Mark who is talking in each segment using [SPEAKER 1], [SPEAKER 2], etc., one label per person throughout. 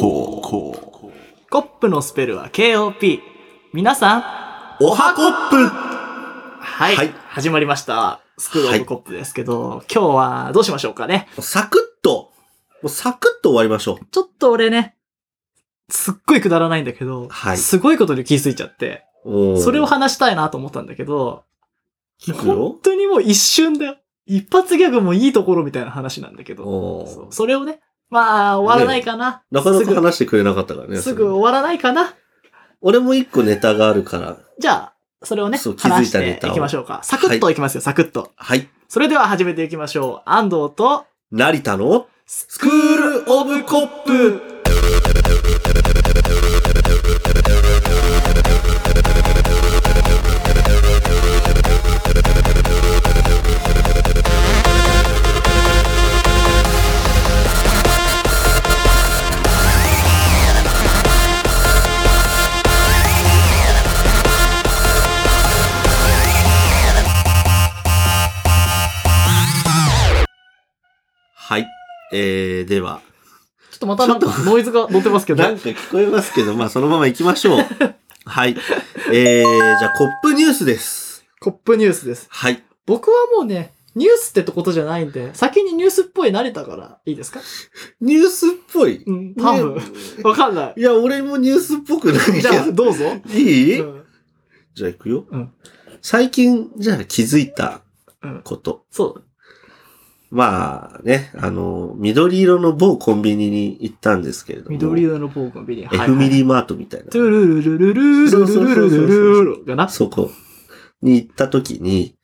[SPEAKER 1] コップのスペルは KOP。皆さん、
[SPEAKER 2] おはコップ
[SPEAKER 1] はい、
[SPEAKER 2] はい
[SPEAKER 1] 始まりました。スクールオブコップですけど、今日はどうしましょうかね。
[SPEAKER 2] サクッと、もうサクッと終わりましょ
[SPEAKER 1] ちょっと俺ね、すっごいくだらないんだけど、
[SPEAKER 2] はい
[SPEAKER 1] すごいことに気づいちゃって、
[SPEAKER 2] う。
[SPEAKER 1] それを
[SPEAKER 2] は
[SPEAKER 1] 話したいなと思ったんだけど、
[SPEAKER 2] 聞く
[SPEAKER 1] 本
[SPEAKER 2] よ。
[SPEAKER 1] 当にもう一瞬だよ。一発ギャグもいいところみたいな話なんだけど、
[SPEAKER 2] おー
[SPEAKER 1] そうそれをね、まあ、終わらないかな。
[SPEAKER 2] なかなか
[SPEAKER 1] す
[SPEAKER 2] 話してくれなかったから
[SPEAKER 1] ぐ
[SPEAKER 2] ね。
[SPEAKER 1] すぐ
[SPEAKER 2] それ
[SPEAKER 1] 終わらないかな。
[SPEAKER 2] 俺も一個ネタがあるから。
[SPEAKER 1] じゃあ、それをね、
[SPEAKER 2] そう気づ
[SPEAKER 1] 話
[SPEAKER 2] い
[SPEAKER 1] したて
[SPEAKER 2] ネタを
[SPEAKER 1] いきましょうか。サクッといきますよ、サクッと。
[SPEAKER 2] はい。
[SPEAKER 1] それでは始めていきましょう。安藤と、
[SPEAKER 2] 成田の
[SPEAKER 1] ス
[SPEAKER 2] スクールオブコップはい。えー、では。
[SPEAKER 1] ちょっとまたなんかノイズが乗ってますけ ど。
[SPEAKER 2] なんか聞こえますけど、まあそのまま行きましょう。 はい。えー、じゃあコップニュースです。
[SPEAKER 1] コップニュースです。
[SPEAKER 2] はい。
[SPEAKER 1] 僕はもうね、ニュースってことじゃないんで、先にニュースっぽい慣れたからいいですか
[SPEAKER 2] ニュースっぽい。
[SPEAKER 1] うん、多分。
[SPEAKER 2] ね
[SPEAKER 1] わかんない。
[SPEAKER 2] いや、俺もニュースっぽくないけ
[SPEAKER 1] じ
[SPEAKER 2] ど
[SPEAKER 1] ゃあ、どうぞ。
[SPEAKER 2] いい、
[SPEAKER 1] うん
[SPEAKER 2] じゃあ行くよ。
[SPEAKER 1] うん
[SPEAKER 2] 最近、じゃあ気づいた
[SPEAKER 1] うん
[SPEAKER 2] こと。
[SPEAKER 1] そう。
[SPEAKER 2] まあね、あの、緑色の某コンビニに行ったんですけれども。
[SPEAKER 1] 緑色のポークのビリー。
[SPEAKER 2] F ミ
[SPEAKER 1] ー。
[SPEAKER 2] リマートみたいな。
[SPEAKER 1] トゥルルルルルルルルルルルルがな。
[SPEAKER 2] そこに行った時に、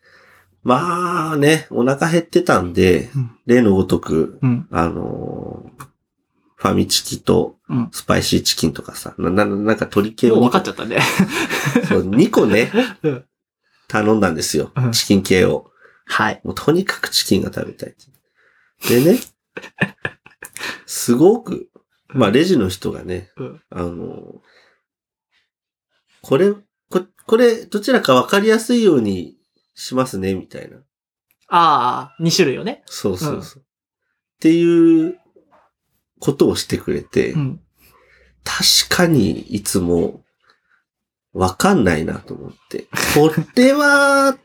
[SPEAKER 2] まあね、お腹減ってたんで、
[SPEAKER 1] うん
[SPEAKER 2] 例のごとく、
[SPEAKER 1] うん。
[SPEAKER 2] あのーファミチキと
[SPEAKER 1] うん
[SPEAKER 2] スパイシーチキンとかさ、な、な、なんか鶏系
[SPEAKER 1] も
[SPEAKER 2] を
[SPEAKER 1] う分かっちゃったね。
[SPEAKER 2] そう2個ね
[SPEAKER 1] うん、
[SPEAKER 2] 頼んだんですよ
[SPEAKER 1] う。ん
[SPEAKER 2] チキン系を。
[SPEAKER 1] はい。
[SPEAKER 2] もうとにかくチキンが食べたい。でね、 すごく、まあレジの人がね、
[SPEAKER 1] うん
[SPEAKER 2] あの、これ、ここれ、どちらかわかりやすいようにしますね、みたいな。
[SPEAKER 1] ああ、2種類よね。
[SPEAKER 2] そうそうそう。っていうことをしてくれて、
[SPEAKER 1] うん。
[SPEAKER 2] 確かにいつもわかんないなと思って。これは、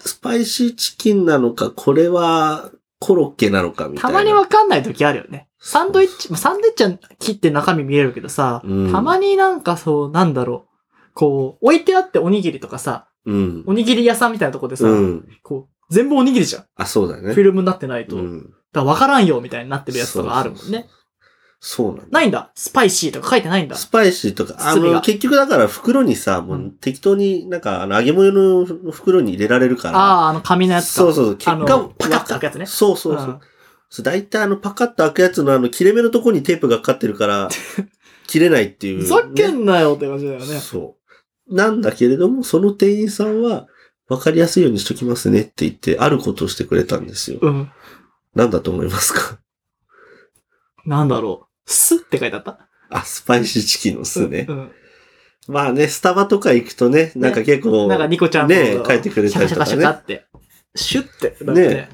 [SPEAKER 2] スパイシーチキンなのか、これはコロッケなのかみた
[SPEAKER 1] た
[SPEAKER 2] いな。
[SPEAKER 1] まに分かんない時あるよね。サンドイ
[SPEAKER 2] チ。
[SPEAKER 1] ッチ、まあサンドイッチは切って中身見えるけどさ、
[SPEAKER 2] うん
[SPEAKER 1] たまになんかそう、なんだろう。こう、置いてあっておにぎりとかさ、
[SPEAKER 2] うん
[SPEAKER 1] お。にぎり屋さんみたいなとこでさ、
[SPEAKER 2] うん。
[SPEAKER 1] こう、全部おにぎりじゃん。
[SPEAKER 2] あ、そうだ
[SPEAKER 1] フ
[SPEAKER 2] ね
[SPEAKER 1] ィ。ルムになってないと。
[SPEAKER 2] う
[SPEAKER 1] だ
[SPEAKER 2] ん。
[SPEAKER 1] から分からんよ、みたいになってるやつとかあるもん
[SPEAKER 2] そうそう
[SPEAKER 1] ね。
[SPEAKER 2] そうそうなんだ。
[SPEAKER 1] ないんだ。スパイシーとか書いてないんだ。
[SPEAKER 2] スパイシーとか、あ
[SPEAKER 1] 包みが
[SPEAKER 2] の、結局だから袋にさ、も
[SPEAKER 1] うん
[SPEAKER 2] う適当になんか、あの、揚げ物の袋に入れられるから。あ、
[SPEAKER 1] ああ、あの紙のやつか。
[SPEAKER 2] そうそう。結
[SPEAKER 1] あの
[SPEAKER 2] 果、
[SPEAKER 1] パカッと開くやつね
[SPEAKER 2] そうそうそう。そう大体あのパカッと開くやつのあの切れ目のとこにテープがかかってる から、切れないっていうう、
[SPEAKER 1] ん
[SPEAKER 2] ね。
[SPEAKER 1] ふざけんなよって感じだよね。
[SPEAKER 2] そう。なんだけれども、その店員さんは、わかりやすいようにしときますねって言って、あることをしてくれたんですよ。
[SPEAKER 1] うん。
[SPEAKER 2] なんだと思います か
[SPEAKER 1] なんだろう。スって書いてあった
[SPEAKER 2] あ、スパイシーチキンの酢ね
[SPEAKER 1] う。ん。
[SPEAKER 2] まあね、スタバとか行くとね、なんか結
[SPEAKER 1] う
[SPEAKER 2] 構、
[SPEAKER 1] んなんかニコちゃんの
[SPEAKER 2] ねえ書いてくれたりとかね
[SPEAKER 1] シャカシャカシャカって。シュって。だって
[SPEAKER 2] ね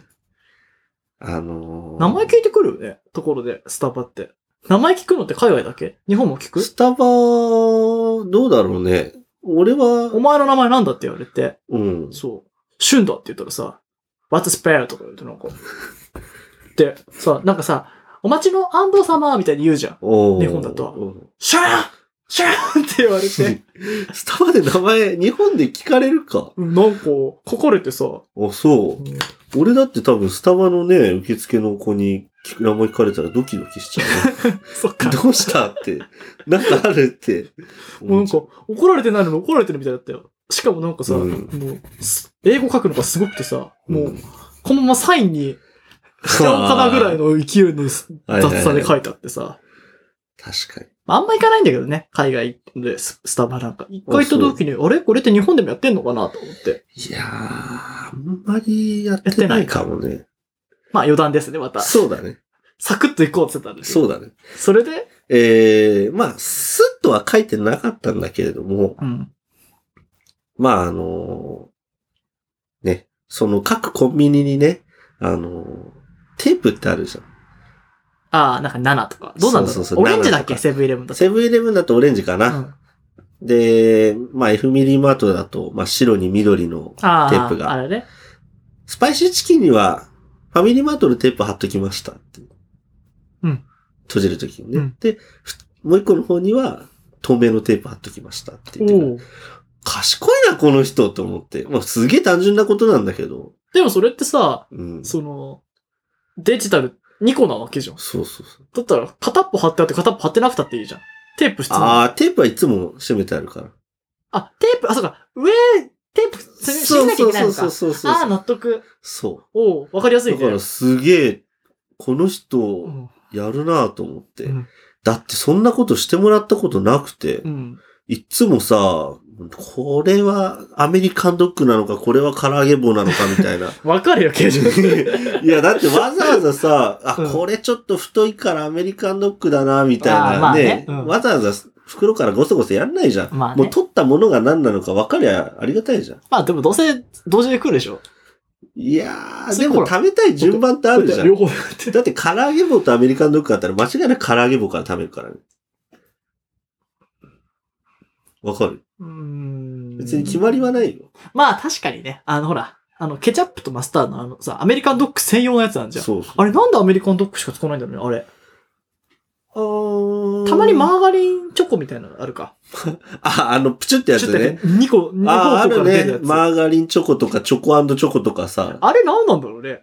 [SPEAKER 2] あのー
[SPEAKER 1] 名前聞いてくるよね。ところで、スタバって。名前聞くのって海外だけ日本も聞く
[SPEAKER 2] スタバ、どうだろうね。俺は
[SPEAKER 1] お、前の名前なんだって言われて、
[SPEAKER 2] うん。
[SPEAKER 1] そう、シュンだって言ったらさ、What's spell? とか言ってなんか。で、さ、なんかさ、お待ちの安藤様みたいに言うじゃん。
[SPEAKER 2] おー
[SPEAKER 1] 日本だとは
[SPEAKER 2] うん
[SPEAKER 1] シュンシュンって言われて、
[SPEAKER 2] スタバで名前、日本で聞かれるか。
[SPEAKER 1] なんか、書かれてさ、う
[SPEAKER 2] あ、そう。
[SPEAKER 1] ん
[SPEAKER 2] 俺だって多分スタバのね、受付の子に聞く名前聞かれたらドキドキしちゃ
[SPEAKER 1] そっ
[SPEAKER 2] う。
[SPEAKER 1] か。
[SPEAKER 2] どうしたって。なんかあるって。
[SPEAKER 1] もうなんか、怒られてないのに怒られてるみたいだったよ。しかもなんかさ、
[SPEAKER 2] うん
[SPEAKER 1] もう、す英語書くのがすごくてさ、も
[SPEAKER 2] う、
[SPEAKER 1] うんこのままサインに、しちゃおうかなぐらいの勢いの雑さで書いてあってさ。
[SPEAKER 2] 確かに。
[SPEAKER 1] まああんま行かないんだけどね。海外でススタバなんか。一回行った時に、あれこれって日本でもやってんのかなと思って。
[SPEAKER 2] いやー、あんまりやってないかもね。
[SPEAKER 1] まあ余談ですね、また。
[SPEAKER 2] そうだね。
[SPEAKER 1] サクッと行こうって言ってたんです
[SPEAKER 2] そう
[SPEAKER 1] だ。
[SPEAKER 2] だね。
[SPEAKER 1] それで、
[SPEAKER 2] えー、まあ、スッとは書いてなかったんだけれども、
[SPEAKER 1] うん。
[SPEAKER 2] まあ、あのーね、その各コンビニにね、あのーテープってあるじゃん。
[SPEAKER 1] ああ、なんか7とか。どうなんだろ
[SPEAKER 2] そううそうそう
[SPEAKER 1] オレンジだっ
[SPEAKER 2] 7と
[SPEAKER 1] け
[SPEAKER 2] か
[SPEAKER 1] セブンイレブンだと。
[SPEAKER 2] セブンイレブンだとオレンジか
[SPEAKER 1] う
[SPEAKER 2] な。
[SPEAKER 1] ん
[SPEAKER 2] で、まあ F ミリマートだと、まあ白に緑の。
[SPEAKER 1] ああ、
[SPEAKER 2] テープが
[SPEAKER 1] あれね。
[SPEAKER 2] スパイシーチキンには、ファミリーマートのテープ貼っときましたって。
[SPEAKER 1] うん。
[SPEAKER 2] 閉じるときにね。
[SPEAKER 1] うん
[SPEAKER 2] で、ふもう一個の方には、透明のテープ貼っときましたって言ってくる
[SPEAKER 1] おう
[SPEAKER 2] 賢いな、この人と思って。まあ、すげえ単純なことなんだけど。
[SPEAKER 1] でもそれってさ、
[SPEAKER 2] うん。
[SPEAKER 1] その、デジタル2個なわけじゃん。
[SPEAKER 2] そうそうそう。
[SPEAKER 1] だったら、片っぽ貼ってあって片っぽ貼ってなくたっていいじゃん。テープ必要
[SPEAKER 2] ああ、テープはいつも閉めてあるから。
[SPEAKER 1] あ、テープ、あ、そうか、上、テープ、それ閉めなきゃいけないのか。
[SPEAKER 2] そうそうそうそう
[SPEAKER 1] ああ、
[SPEAKER 2] そう。
[SPEAKER 1] 納得。
[SPEAKER 2] そ
[SPEAKER 1] おうわかりやす
[SPEAKER 2] う。
[SPEAKER 1] い
[SPEAKER 2] だから
[SPEAKER 1] ね。
[SPEAKER 2] すげえ、この人
[SPEAKER 1] う、ん
[SPEAKER 2] やるなと思って、
[SPEAKER 1] うん
[SPEAKER 2] だってそんなことしてもらったことなくて、
[SPEAKER 1] うん。
[SPEAKER 2] いっつもさ、これはアメリカンドッグなのか、これは唐揚げ棒なのかみたい な。
[SPEAKER 1] わかるよ、 刑事。
[SPEAKER 2] いや、だってわざわざさ、あ、
[SPEAKER 1] うん
[SPEAKER 2] これちょっと太いからアメリカンドッグだな、みたい
[SPEAKER 1] あーま
[SPEAKER 2] な
[SPEAKER 1] あ
[SPEAKER 2] ね。
[SPEAKER 1] ねうん
[SPEAKER 2] わざわざ袋からごそごそやんないじゃん。
[SPEAKER 1] まあ
[SPEAKER 2] もう
[SPEAKER 1] ね。
[SPEAKER 2] 取ったものが何なのか分かりゃありがたいじゃん。
[SPEAKER 1] まあでもどうせ同時で来るでしょ。
[SPEAKER 2] いやー、
[SPEAKER 1] そ
[SPEAKER 2] で
[SPEAKER 1] れ
[SPEAKER 2] も
[SPEAKER 1] ほら
[SPEAKER 2] 食べたい順番ってあるじゃん。
[SPEAKER 1] 両方や って。
[SPEAKER 2] だって唐揚げ棒とアメリカンドッグだったら間違いなく唐揚げ棒から食べるからね。わかる別
[SPEAKER 1] 別
[SPEAKER 2] に決まりはないよ。
[SPEAKER 1] まあ確かにね、あのほら、あのケチャップとマスタードのあのさ、アメリカンドッグ専用のやつなんじゃん。
[SPEAKER 2] そうそう。
[SPEAKER 1] あれなんでアメリカンドッグしか使わないんだろうね、あ
[SPEAKER 2] あ
[SPEAKER 1] れ。たまに
[SPEAKER 2] ま
[SPEAKER 1] マーガリンチョコみたいなのあるか。
[SPEAKER 2] あ、あの、プチュってや
[SPEAKER 1] ちょ
[SPEAKER 2] つ
[SPEAKER 1] っと
[SPEAKER 2] ね。
[SPEAKER 1] 2個、二
[SPEAKER 2] ああ、あ
[SPEAKER 1] 方向
[SPEAKER 2] る
[SPEAKER 1] から出る
[SPEAKER 2] ね
[SPEAKER 1] や。つ。
[SPEAKER 2] マーガリンチョコとか、チョコチョコとかさ。
[SPEAKER 1] あれなんなんだろうね。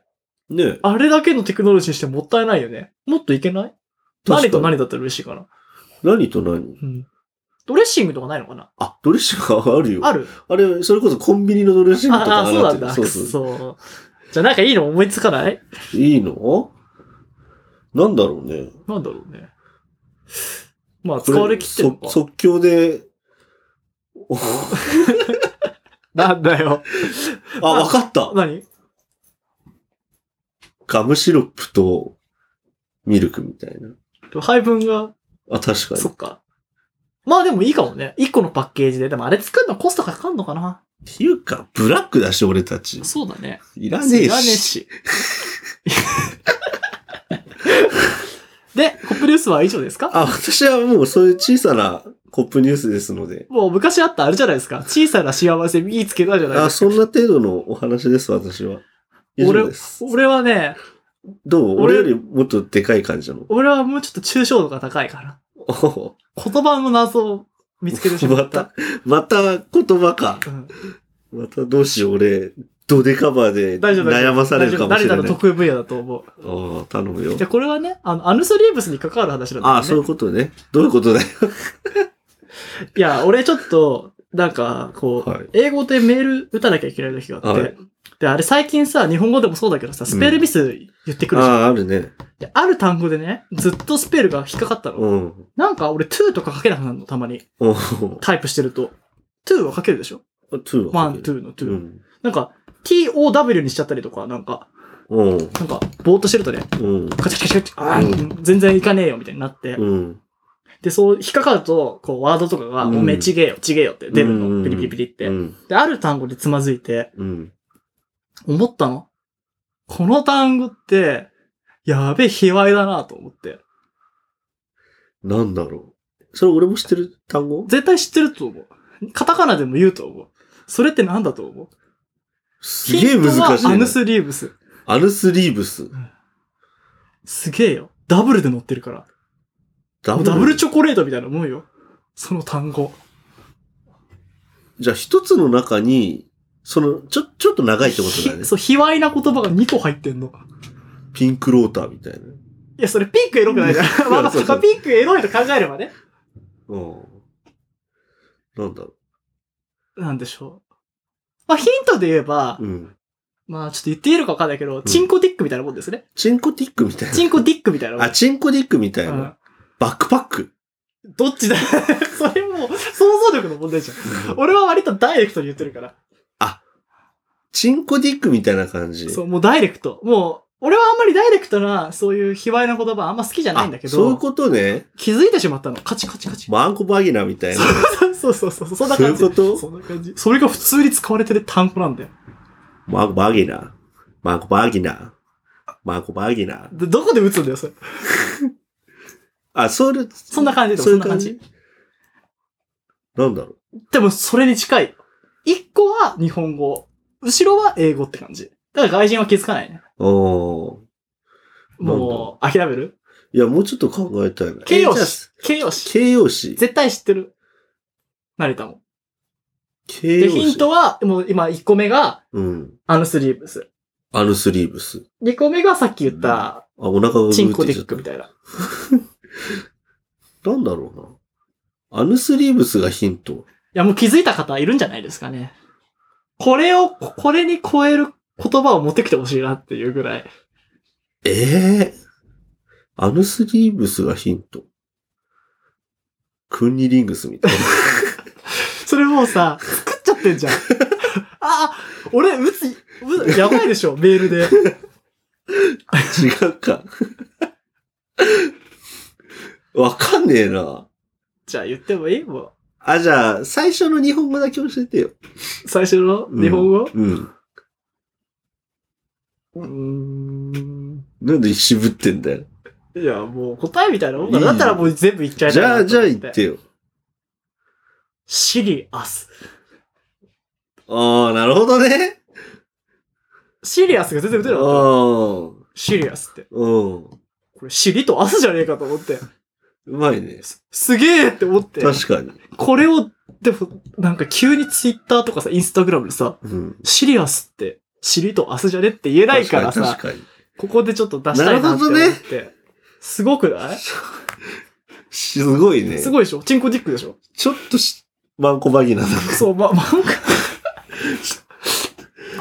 [SPEAKER 2] ね
[SPEAKER 1] あれだけのテクノロジーにしてもったいないよね。もっといけない何と何だったら嬉しいかな。
[SPEAKER 2] 何と何
[SPEAKER 1] うん。ドレッシングとかないのかな
[SPEAKER 2] あ、ドレッシングがあるよ。
[SPEAKER 1] あ
[SPEAKER 2] あ
[SPEAKER 1] る
[SPEAKER 2] れ、それこそコンビニのドレッシングとか
[SPEAKER 1] ああ、そうなん
[SPEAKER 2] な
[SPEAKER 1] だ。
[SPEAKER 2] って
[SPEAKER 1] そう
[SPEAKER 2] る
[SPEAKER 1] そ
[SPEAKER 2] そううそ。
[SPEAKER 1] じゃあなんかいいの思いつかないう
[SPEAKER 2] いいのなんだろうね。
[SPEAKER 1] なんだろうね。まあ、使われきってるの
[SPEAKER 2] そ
[SPEAKER 1] か。
[SPEAKER 2] 即興で、お
[SPEAKER 1] なんだよ。
[SPEAKER 2] あ、わかった。
[SPEAKER 1] 何
[SPEAKER 2] ガムシロップとミルクみたいな。
[SPEAKER 1] 配分が、
[SPEAKER 2] あ、確かに
[SPEAKER 1] そ。っか。まあでもいいかもね。1個のパッケージで。でもあれ作るのコストかかんのかな
[SPEAKER 2] っていうか、ブラックだし、俺たち。
[SPEAKER 1] そうだね。
[SPEAKER 2] いらねえし。
[SPEAKER 1] いらねえし。で、コップニュースは以上ですか
[SPEAKER 2] あ、私はもうそういう小さなコップニュースですので。
[SPEAKER 1] もう昔あったあれじゃないですか。小さな幸せ見つけたじゃないで
[SPEAKER 2] あ、
[SPEAKER 1] す
[SPEAKER 2] そんな程度のお話です、私は。以
[SPEAKER 1] 俺
[SPEAKER 2] 上です。
[SPEAKER 1] か。俺はね、
[SPEAKER 2] どう
[SPEAKER 1] 俺
[SPEAKER 2] 俺よりもっとでかい感じなの。
[SPEAKER 1] 俺はもうちょっと抽象度が高いから。
[SPEAKER 2] おほ
[SPEAKER 1] 言葉の謎を見つけてし
[SPEAKER 2] ほ
[SPEAKER 1] ま
[SPEAKER 2] ま
[SPEAKER 1] った
[SPEAKER 2] た。、また言葉か。
[SPEAKER 1] うん
[SPEAKER 2] またどうしよう、俺、ドデカバーで
[SPEAKER 1] 大丈夫大丈夫
[SPEAKER 2] 悩まされるかもしれ
[SPEAKER 1] 大丈夫誰だの
[SPEAKER 2] ない。
[SPEAKER 1] 得意分野だと思う。
[SPEAKER 2] ああ、頼むよ
[SPEAKER 1] じゃ。あこれはね、あの、アヌス・リーブスに関わる話なんだけど、ね。
[SPEAKER 2] ああ、そういうことね。どういうことだよ。
[SPEAKER 1] いや、俺ちょっと、なんか、こう、
[SPEAKER 2] はい
[SPEAKER 1] 英語でメール打たなきゃいけない時があって、
[SPEAKER 2] はい
[SPEAKER 1] で、あれ最近さ、日本語でもそうだけどさ、スペルミス言ってくるじゃん。
[SPEAKER 2] ああ、あるね。
[SPEAKER 1] である単語でね、ずっとスペルが引っかかったの。
[SPEAKER 2] うん。
[SPEAKER 1] なんか俺、to とか書けなくなるの、たまに。
[SPEAKER 2] おほ
[SPEAKER 1] タイプしてると。to は書けるでしょ
[SPEAKER 2] ほ。トゥー
[SPEAKER 1] ワ
[SPEAKER 2] は書
[SPEAKER 1] ン、
[SPEAKER 2] ける。
[SPEAKER 1] two の to。
[SPEAKER 2] うん。
[SPEAKER 1] なんか、t-o-w にしちゃったりとか、なんか、
[SPEAKER 2] うん。
[SPEAKER 1] なんか、ぼーっとしてるとね、
[SPEAKER 2] うん。
[SPEAKER 1] カチャカチャカチャあー
[SPEAKER 2] う
[SPEAKER 1] 全然いかねえよ、みたいになって。
[SPEAKER 2] うん。
[SPEAKER 1] で、そう、引っかかると、こう、ワードとかが、
[SPEAKER 2] うん
[SPEAKER 1] おめえちげえよ、ちげえよって出る
[SPEAKER 2] うん
[SPEAKER 1] の。ピリピリピリって
[SPEAKER 2] う。ん。
[SPEAKER 1] で、ある単語でつまずいて、
[SPEAKER 2] うん。
[SPEAKER 1] 思ったの。この単語って、やべえ、卑猥だなと思って。
[SPEAKER 2] なんだろう。それ俺も知ってる単語
[SPEAKER 1] 絶対知ってると思う。カタカナでも言うと思う。それってなんだと思う
[SPEAKER 2] すげえ難し
[SPEAKER 1] ヒント
[SPEAKER 2] い
[SPEAKER 1] は
[SPEAKER 2] な。
[SPEAKER 1] アヌスリーブス。
[SPEAKER 2] アヌスリーブス。
[SPEAKER 1] すげえよ。ダブルで乗ってるから。
[SPEAKER 2] ダ
[SPEAKER 1] ダブル
[SPEAKER 2] ょ
[SPEAKER 1] チョコレートみたいなもんよ。その単語。
[SPEAKER 2] じゃあ一つの中に、その、ちょ、ちょっと長いってことだよ
[SPEAKER 1] ひ
[SPEAKER 2] ね。
[SPEAKER 1] そう、卑猥な言葉が2個入ってんの。
[SPEAKER 2] ピンクローターみたいな。
[SPEAKER 1] いや、それピンクエロくないじゃん。 まあまあ
[SPEAKER 2] そうそう
[SPEAKER 1] そこピンクエロいと考えればね。
[SPEAKER 2] うん。なんだろ
[SPEAKER 1] なんでしょう。まあヒントで言えば
[SPEAKER 2] う。、うん。
[SPEAKER 1] まあちょっと言っていいのかわかんないけど、チンコディックみたいなもんですね。
[SPEAKER 2] チンコティックみたいな。
[SPEAKER 1] チンコディックみたいなも ん。
[SPEAKER 2] あ、チンコディックみたいな。
[SPEAKER 1] うん
[SPEAKER 2] バックパック。
[SPEAKER 1] どっちだ それもう想像力の問題じゃん。俺は割とダイレクトに言ってるから。
[SPEAKER 2] チンコディックみたいな感じ。
[SPEAKER 1] そう、もうダイレクト。もう、俺はあんまりダイレクトな、そういう卑猥な言葉あんま好きじゃないんだけ
[SPEAKER 2] あそういう
[SPEAKER 1] ど、
[SPEAKER 2] ことね。
[SPEAKER 1] 気づいてしまったの。カチカチカチ。
[SPEAKER 2] ワンコバギナみたいな。
[SPEAKER 1] そうそうそうそう、そんな感じ。
[SPEAKER 2] そういうこと
[SPEAKER 1] そんな感じ。それが普通に使われてる単語なんだよ。
[SPEAKER 2] ワンコバギナ。ワンコバギナ。ワンコバギナ。
[SPEAKER 1] でどこで打つんだよ、それ。
[SPEAKER 2] あ、それ、
[SPEAKER 1] そんな感じで
[SPEAKER 2] そういう
[SPEAKER 1] そんな感じ
[SPEAKER 2] 感じなんだろう。
[SPEAKER 1] でもそれに近い。一個は日本語。後ろは英語って感じ。だから外人は気づかないね。
[SPEAKER 2] お
[SPEAKER 1] もう、諦める
[SPEAKER 2] いや、もうちょっと考えたいな。
[SPEAKER 1] 形容
[SPEAKER 2] えじゃあ
[SPEAKER 1] 詞。形容詞。
[SPEAKER 2] 形容詞。
[SPEAKER 1] 絶対知ってる。成田も。
[SPEAKER 2] 形
[SPEAKER 1] で、
[SPEAKER 2] 容詞。
[SPEAKER 1] ヒントは、もう今1個目が、
[SPEAKER 2] うん。
[SPEAKER 1] アヌスリーブス。
[SPEAKER 2] アルスリーブス。
[SPEAKER 1] 2個目がさっき言った、
[SPEAKER 2] あ、お腹がグー
[SPEAKER 1] チン
[SPEAKER 2] っ
[SPEAKER 1] コ
[SPEAKER 2] て
[SPEAKER 1] デ
[SPEAKER 2] きち
[SPEAKER 1] ィ
[SPEAKER 2] ゃ
[SPEAKER 1] ッ
[SPEAKER 2] った
[SPEAKER 1] クみたいな。
[SPEAKER 2] なんだろうな。アヌスリーブスがヒント。
[SPEAKER 1] いや、もう気づいた方いるんじゃないですかね。これを、これに超える言葉を持ってきてほしいなっていうぐらい。
[SPEAKER 2] ええアヌスリーブスがヒント。クンニリングスみたいな。
[SPEAKER 1] それもうさ、作っちゃってんじ ゃん。ああ、俺、うつ、うつ、やばいでしょ、メールで。
[SPEAKER 2] 違うか。わかんねえな。
[SPEAKER 1] じゃあ言ってもいいもう。
[SPEAKER 2] あ、じゃあ、最初の日本語だけ教えてよ。
[SPEAKER 1] 最初の日本語、
[SPEAKER 2] うん。
[SPEAKER 1] うーん、
[SPEAKER 2] なんで渋ってんだよ。
[SPEAKER 1] いや、もう答えみたいなもんか
[SPEAKER 2] いい
[SPEAKER 1] な。
[SPEAKER 2] よ
[SPEAKER 1] だったらもう全部言っちゃい
[SPEAKER 2] じ
[SPEAKER 1] たい
[SPEAKER 2] ゃ
[SPEAKER 1] な
[SPEAKER 2] あ、
[SPEAKER 1] と
[SPEAKER 2] じゃ
[SPEAKER 1] 思
[SPEAKER 2] あ言って。よ。
[SPEAKER 1] シリアス。
[SPEAKER 2] ああ、なるほどね。
[SPEAKER 1] シリアスが全然打て
[SPEAKER 2] あ
[SPEAKER 1] なかった。
[SPEAKER 2] あ、
[SPEAKER 1] シリアスって。
[SPEAKER 2] うん。う
[SPEAKER 1] これ、シリとアスじゃねえかと思って。
[SPEAKER 2] まいね。
[SPEAKER 1] すすげえって思って。
[SPEAKER 2] 確かに。
[SPEAKER 1] これを、でも、なんか急にツイッターとかさ、インスタグラムでさ、
[SPEAKER 2] うん。
[SPEAKER 1] シリアスって、シリとアスじゃねって言えないからさ、
[SPEAKER 2] 確かに。確か
[SPEAKER 1] ここでちょっと出したいなって思
[SPEAKER 2] なる
[SPEAKER 1] って。すごくない
[SPEAKER 2] にすごいね。
[SPEAKER 1] すごいでしょチンコディックでしょ
[SPEAKER 2] ちょっとし、マンコバギナだ。
[SPEAKER 1] そう、ま、まあ、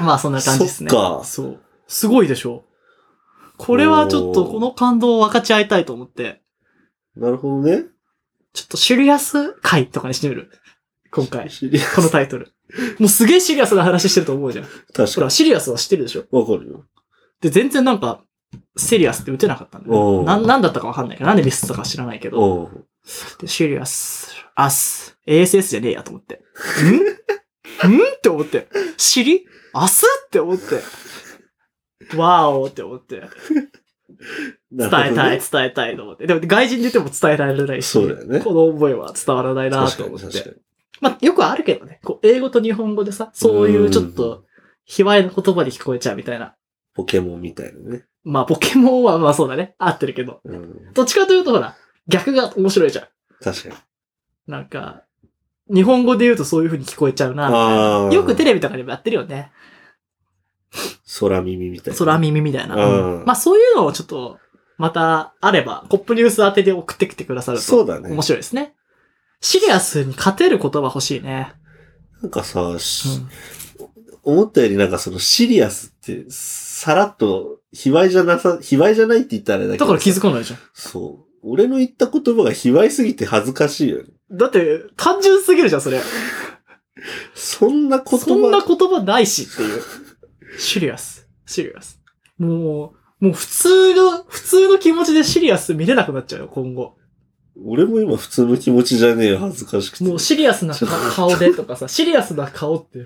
[SPEAKER 1] まあそんな感じですね。
[SPEAKER 2] そっか
[SPEAKER 1] そう。すごいでしょこれはちょっとこの感動を分かち合いたいと思って、
[SPEAKER 2] なるほどね。
[SPEAKER 1] ちょっとシリアス回とかにしてみる今回。
[SPEAKER 2] 知り合い
[SPEAKER 1] このタイトル。もうすげえシリアスな話してると思うじゃん。
[SPEAKER 2] 確
[SPEAKER 1] ほ、
[SPEAKER 2] から
[SPEAKER 1] シリアスは知ってるでしょ
[SPEAKER 2] に。わかるよ。
[SPEAKER 1] で、全然なんか、セリアスって打てなかったんだ
[SPEAKER 2] おう
[SPEAKER 1] よ、ね。な、なんだったかわかんないから、なんでミスったか知らないけど。
[SPEAKER 2] おう
[SPEAKER 1] で、シリアス、アス、ASS じゃねえやと思って。んんって思って。シリアスって思って。わーおって思って。伝
[SPEAKER 2] なる
[SPEAKER 1] え
[SPEAKER 2] ほど
[SPEAKER 1] たい、
[SPEAKER 2] ね。
[SPEAKER 1] 伝えたいと思って。でも外人で言っても伝えられないし、
[SPEAKER 2] そうだよね
[SPEAKER 1] この思いは伝わらないな
[SPEAKER 2] 確
[SPEAKER 1] と
[SPEAKER 2] か
[SPEAKER 1] 思
[SPEAKER 2] に
[SPEAKER 1] っ
[SPEAKER 2] 確か
[SPEAKER 1] て。
[SPEAKER 2] に。
[SPEAKER 1] まあ、よくあるけどね。こう、英語と日本語でさ、そういうちょっと、卑猥な言葉に聞こえちゃうみたいな。
[SPEAKER 2] ポケモンみたいなね。
[SPEAKER 1] まあ、ポケモンはまあそうだね。合ってるけど。
[SPEAKER 2] うん。
[SPEAKER 1] どっちかというとほら、逆が面白いじゃん。
[SPEAKER 2] 確かに。
[SPEAKER 1] なんか、日本語で言うとそういう風に聞こえちゃうな。
[SPEAKER 2] ああ。
[SPEAKER 1] よくテレビとかでもやってるよね。
[SPEAKER 2] 空耳みたいな。
[SPEAKER 1] 空耳みたいな。
[SPEAKER 2] うん
[SPEAKER 1] まあそういうのをちょっと、またあれば、コップニュース当てで送ってきてくださる
[SPEAKER 2] そ
[SPEAKER 1] と
[SPEAKER 2] うだね。
[SPEAKER 1] 面白いですね。シリアスに勝てる言葉欲しいね。
[SPEAKER 2] なんかさ、し
[SPEAKER 1] うん
[SPEAKER 2] 思ったよりなんかそのシリアスって、さらっと、卑猥じゃなさ、卑猥じゃないって言ったらあれだけどさ。
[SPEAKER 1] だから気づかないじゃん。
[SPEAKER 2] そう。俺の言った言葉が卑猥すぎて恥ずかしいよね。
[SPEAKER 1] だって、単純すぎるじゃん、それ。
[SPEAKER 2] そんな言葉。
[SPEAKER 1] そんな言葉ないしっていう。シリアス。シリアス。もう、もう普通の、普通の気持ちでシリアス見れなくなっちゃうよ、今後。
[SPEAKER 2] 俺も今普通の気持ちじゃねえよ、恥ずかしくて。
[SPEAKER 1] もうシリアスなか顔でとかさ、シリアスな顔って、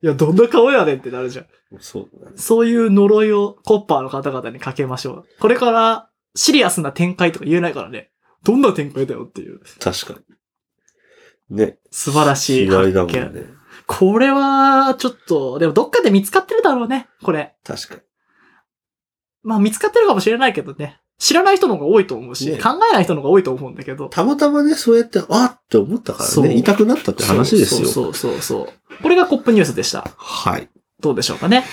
[SPEAKER 1] いや、どんな顔やねんってなるじゃん。
[SPEAKER 2] そうだね。
[SPEAKER 1] そういう呪いをコッパーの方々にかけましょう。これから、シリアスな展開とか言えないからね。どんな展開だよっていう。
[SPEAKER 2] 確かに。ね。
[SPEAKER 1] 素晴らしい
[SPEAKER 2] 卑猥
[SPEAKER 1] 発
[SPEAKER 2] だもん
[SPEAKER 1] 見。
[SPEAKER 2] ね。
[SPEAKER 1] これは、ちょっと、でもどっかで見つかってるだろうね、これ。
[SPEAKER 2] 確かに。
[SPEAKER 1] まあ見つかってるかもしれないけどね。知らない人の方が多いと思うし、
[SPEAKER 2] ね
[SPEAKER 1] 考えない人の方が多いと思うんだけど。
[SPEAKER 2] たまたまね、そうやって、あっって思ったか
[SPEAKER 1] そ
[SPEAKER 2] ら
[SPEAKER 1] う
[SPEAKER 2] ね、痛くなったって話ですよ。
[SPEAKER 1] そうそうそうそう。これがコップニュースでした。
[SPEAKER 2] はい。
[SPEAKER 1] どうでしょうかね。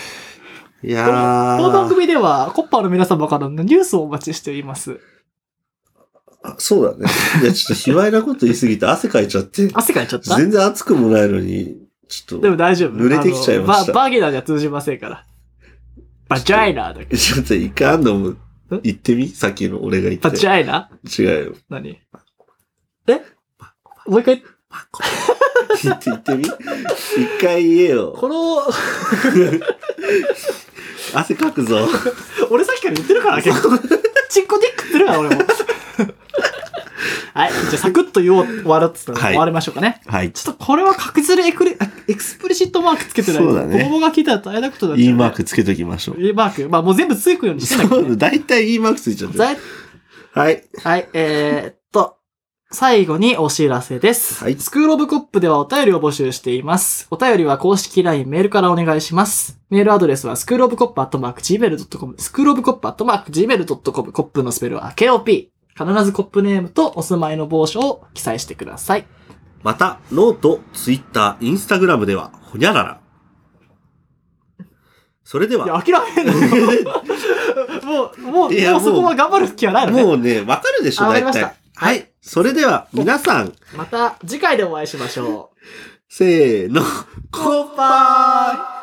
[SPEAKER 2] いやー
[SPEAKER 1] この番組では、コッパーの皆様からのニュースをお待ちしています。
[SPEAKER 2] あそうだね。いや、ちょっと卑猥なこと言いすぎて汗かいちゃって。
[SPEAKER 1] 汗かいちゃった
[SPEAKER 2] 全然熱くもないのに、ちょっ
[SPEAKER 1] でも
[SPEAKER 2] と、
[SPEAKER 1] 大丈夫。
[SPEAKER 2] 濡れてきちゃいました
[SPEAKER 1] あのババーゲナーじゃ通じませんから。バジャイナーだけど。
[SPEAKER 2] ちょっと一回あんのも、言ってみさっきの俺が言
[SPEAKER 1] バ
[SPEAKER 2] っ
[SPEAKER 1] ジ
[SPEAKER 2] て。
[SPEAKER 1] ャイナ
[SPEAKER 2] 違うよ。
[SPEAKER 1] 何えもう一回、
[SPEAKER 2] 言って言ってみ一回言えよ。
[SPEAKER 1] この、
[SPEAKER 2] 汗かくぞ。
[SPEAKER 1] 俺さっきから言ってるから結構。チンコディックってるから 俺も。はい。じゃあサクッと言おう、終わろうっつったら
[SPEAKER 2] はい
[SPEAKER 1] 終わりましょうかね。
[SPEAKER 2] はい。
[SPEAKER 1] ちょっとこれは隠ずれエクレエクスプリシットマークつけてない。
[SPEAKER 2] そうだね
[SPEAKER 1] 応募が聞いたら大変なことになっちゃう、ね。
[SPEAKER 2] E マー。クつけときましょう。
[SPEAKER 1] E マーク。まあもう全部つくようにしてないけ
[SPEAKER 2] そ
[SPEAKER 1] ど
[SPEAKER 2] う
[SPEAKER 1] ね
[SPEAKER 2] だ、大体 E マークついちゃってる。
[SPEAKER 1] 在
[SPEAKER 2] はい。
[SPEAKER 1] はい、えー、っと、最後にお知らせです。
[SPEAKER 2] はい
[SPEAKER 1] スクールオブコップではお便りを募集しています。お便りは公式 LINE メールからお願いします。メールアドレスはスクールオブコップアットマーク Gmail.com、スクールオブコップアットマーク Gmail.com、コップのスペルは KOP。必ずコップネームとお住まいの帽子を記載してください。
[SPEAKER 2] また、ノート、ツイッター、インスタグラムでは、ほにゃらら。それで
[SPEAKER 1] いや、
[SPEAKER 2] は、
[SPEAKER 1] 諦めんなよ。もう、もう、
[SPEAKER 2] いや
[SPEAKER 1] もうそこ
[SPEAKER 2] も
[SPEAKER 1] は
[SPEAKER 2] う
[SPEAKER 1] 頑張る気はないの ね。
[SPEAKER 2] もうね、わかるでしょ、
[SPEAKER 1] あわかり
[SPEAKER 2] 大
[SPEAKER 1] ました
[SPEAKER 2] 体。はい。それでは、皆さん、
[SPEAKER 1] また次回でお会いしましょう。
[SPEAKER 2] せーの、コッパーイ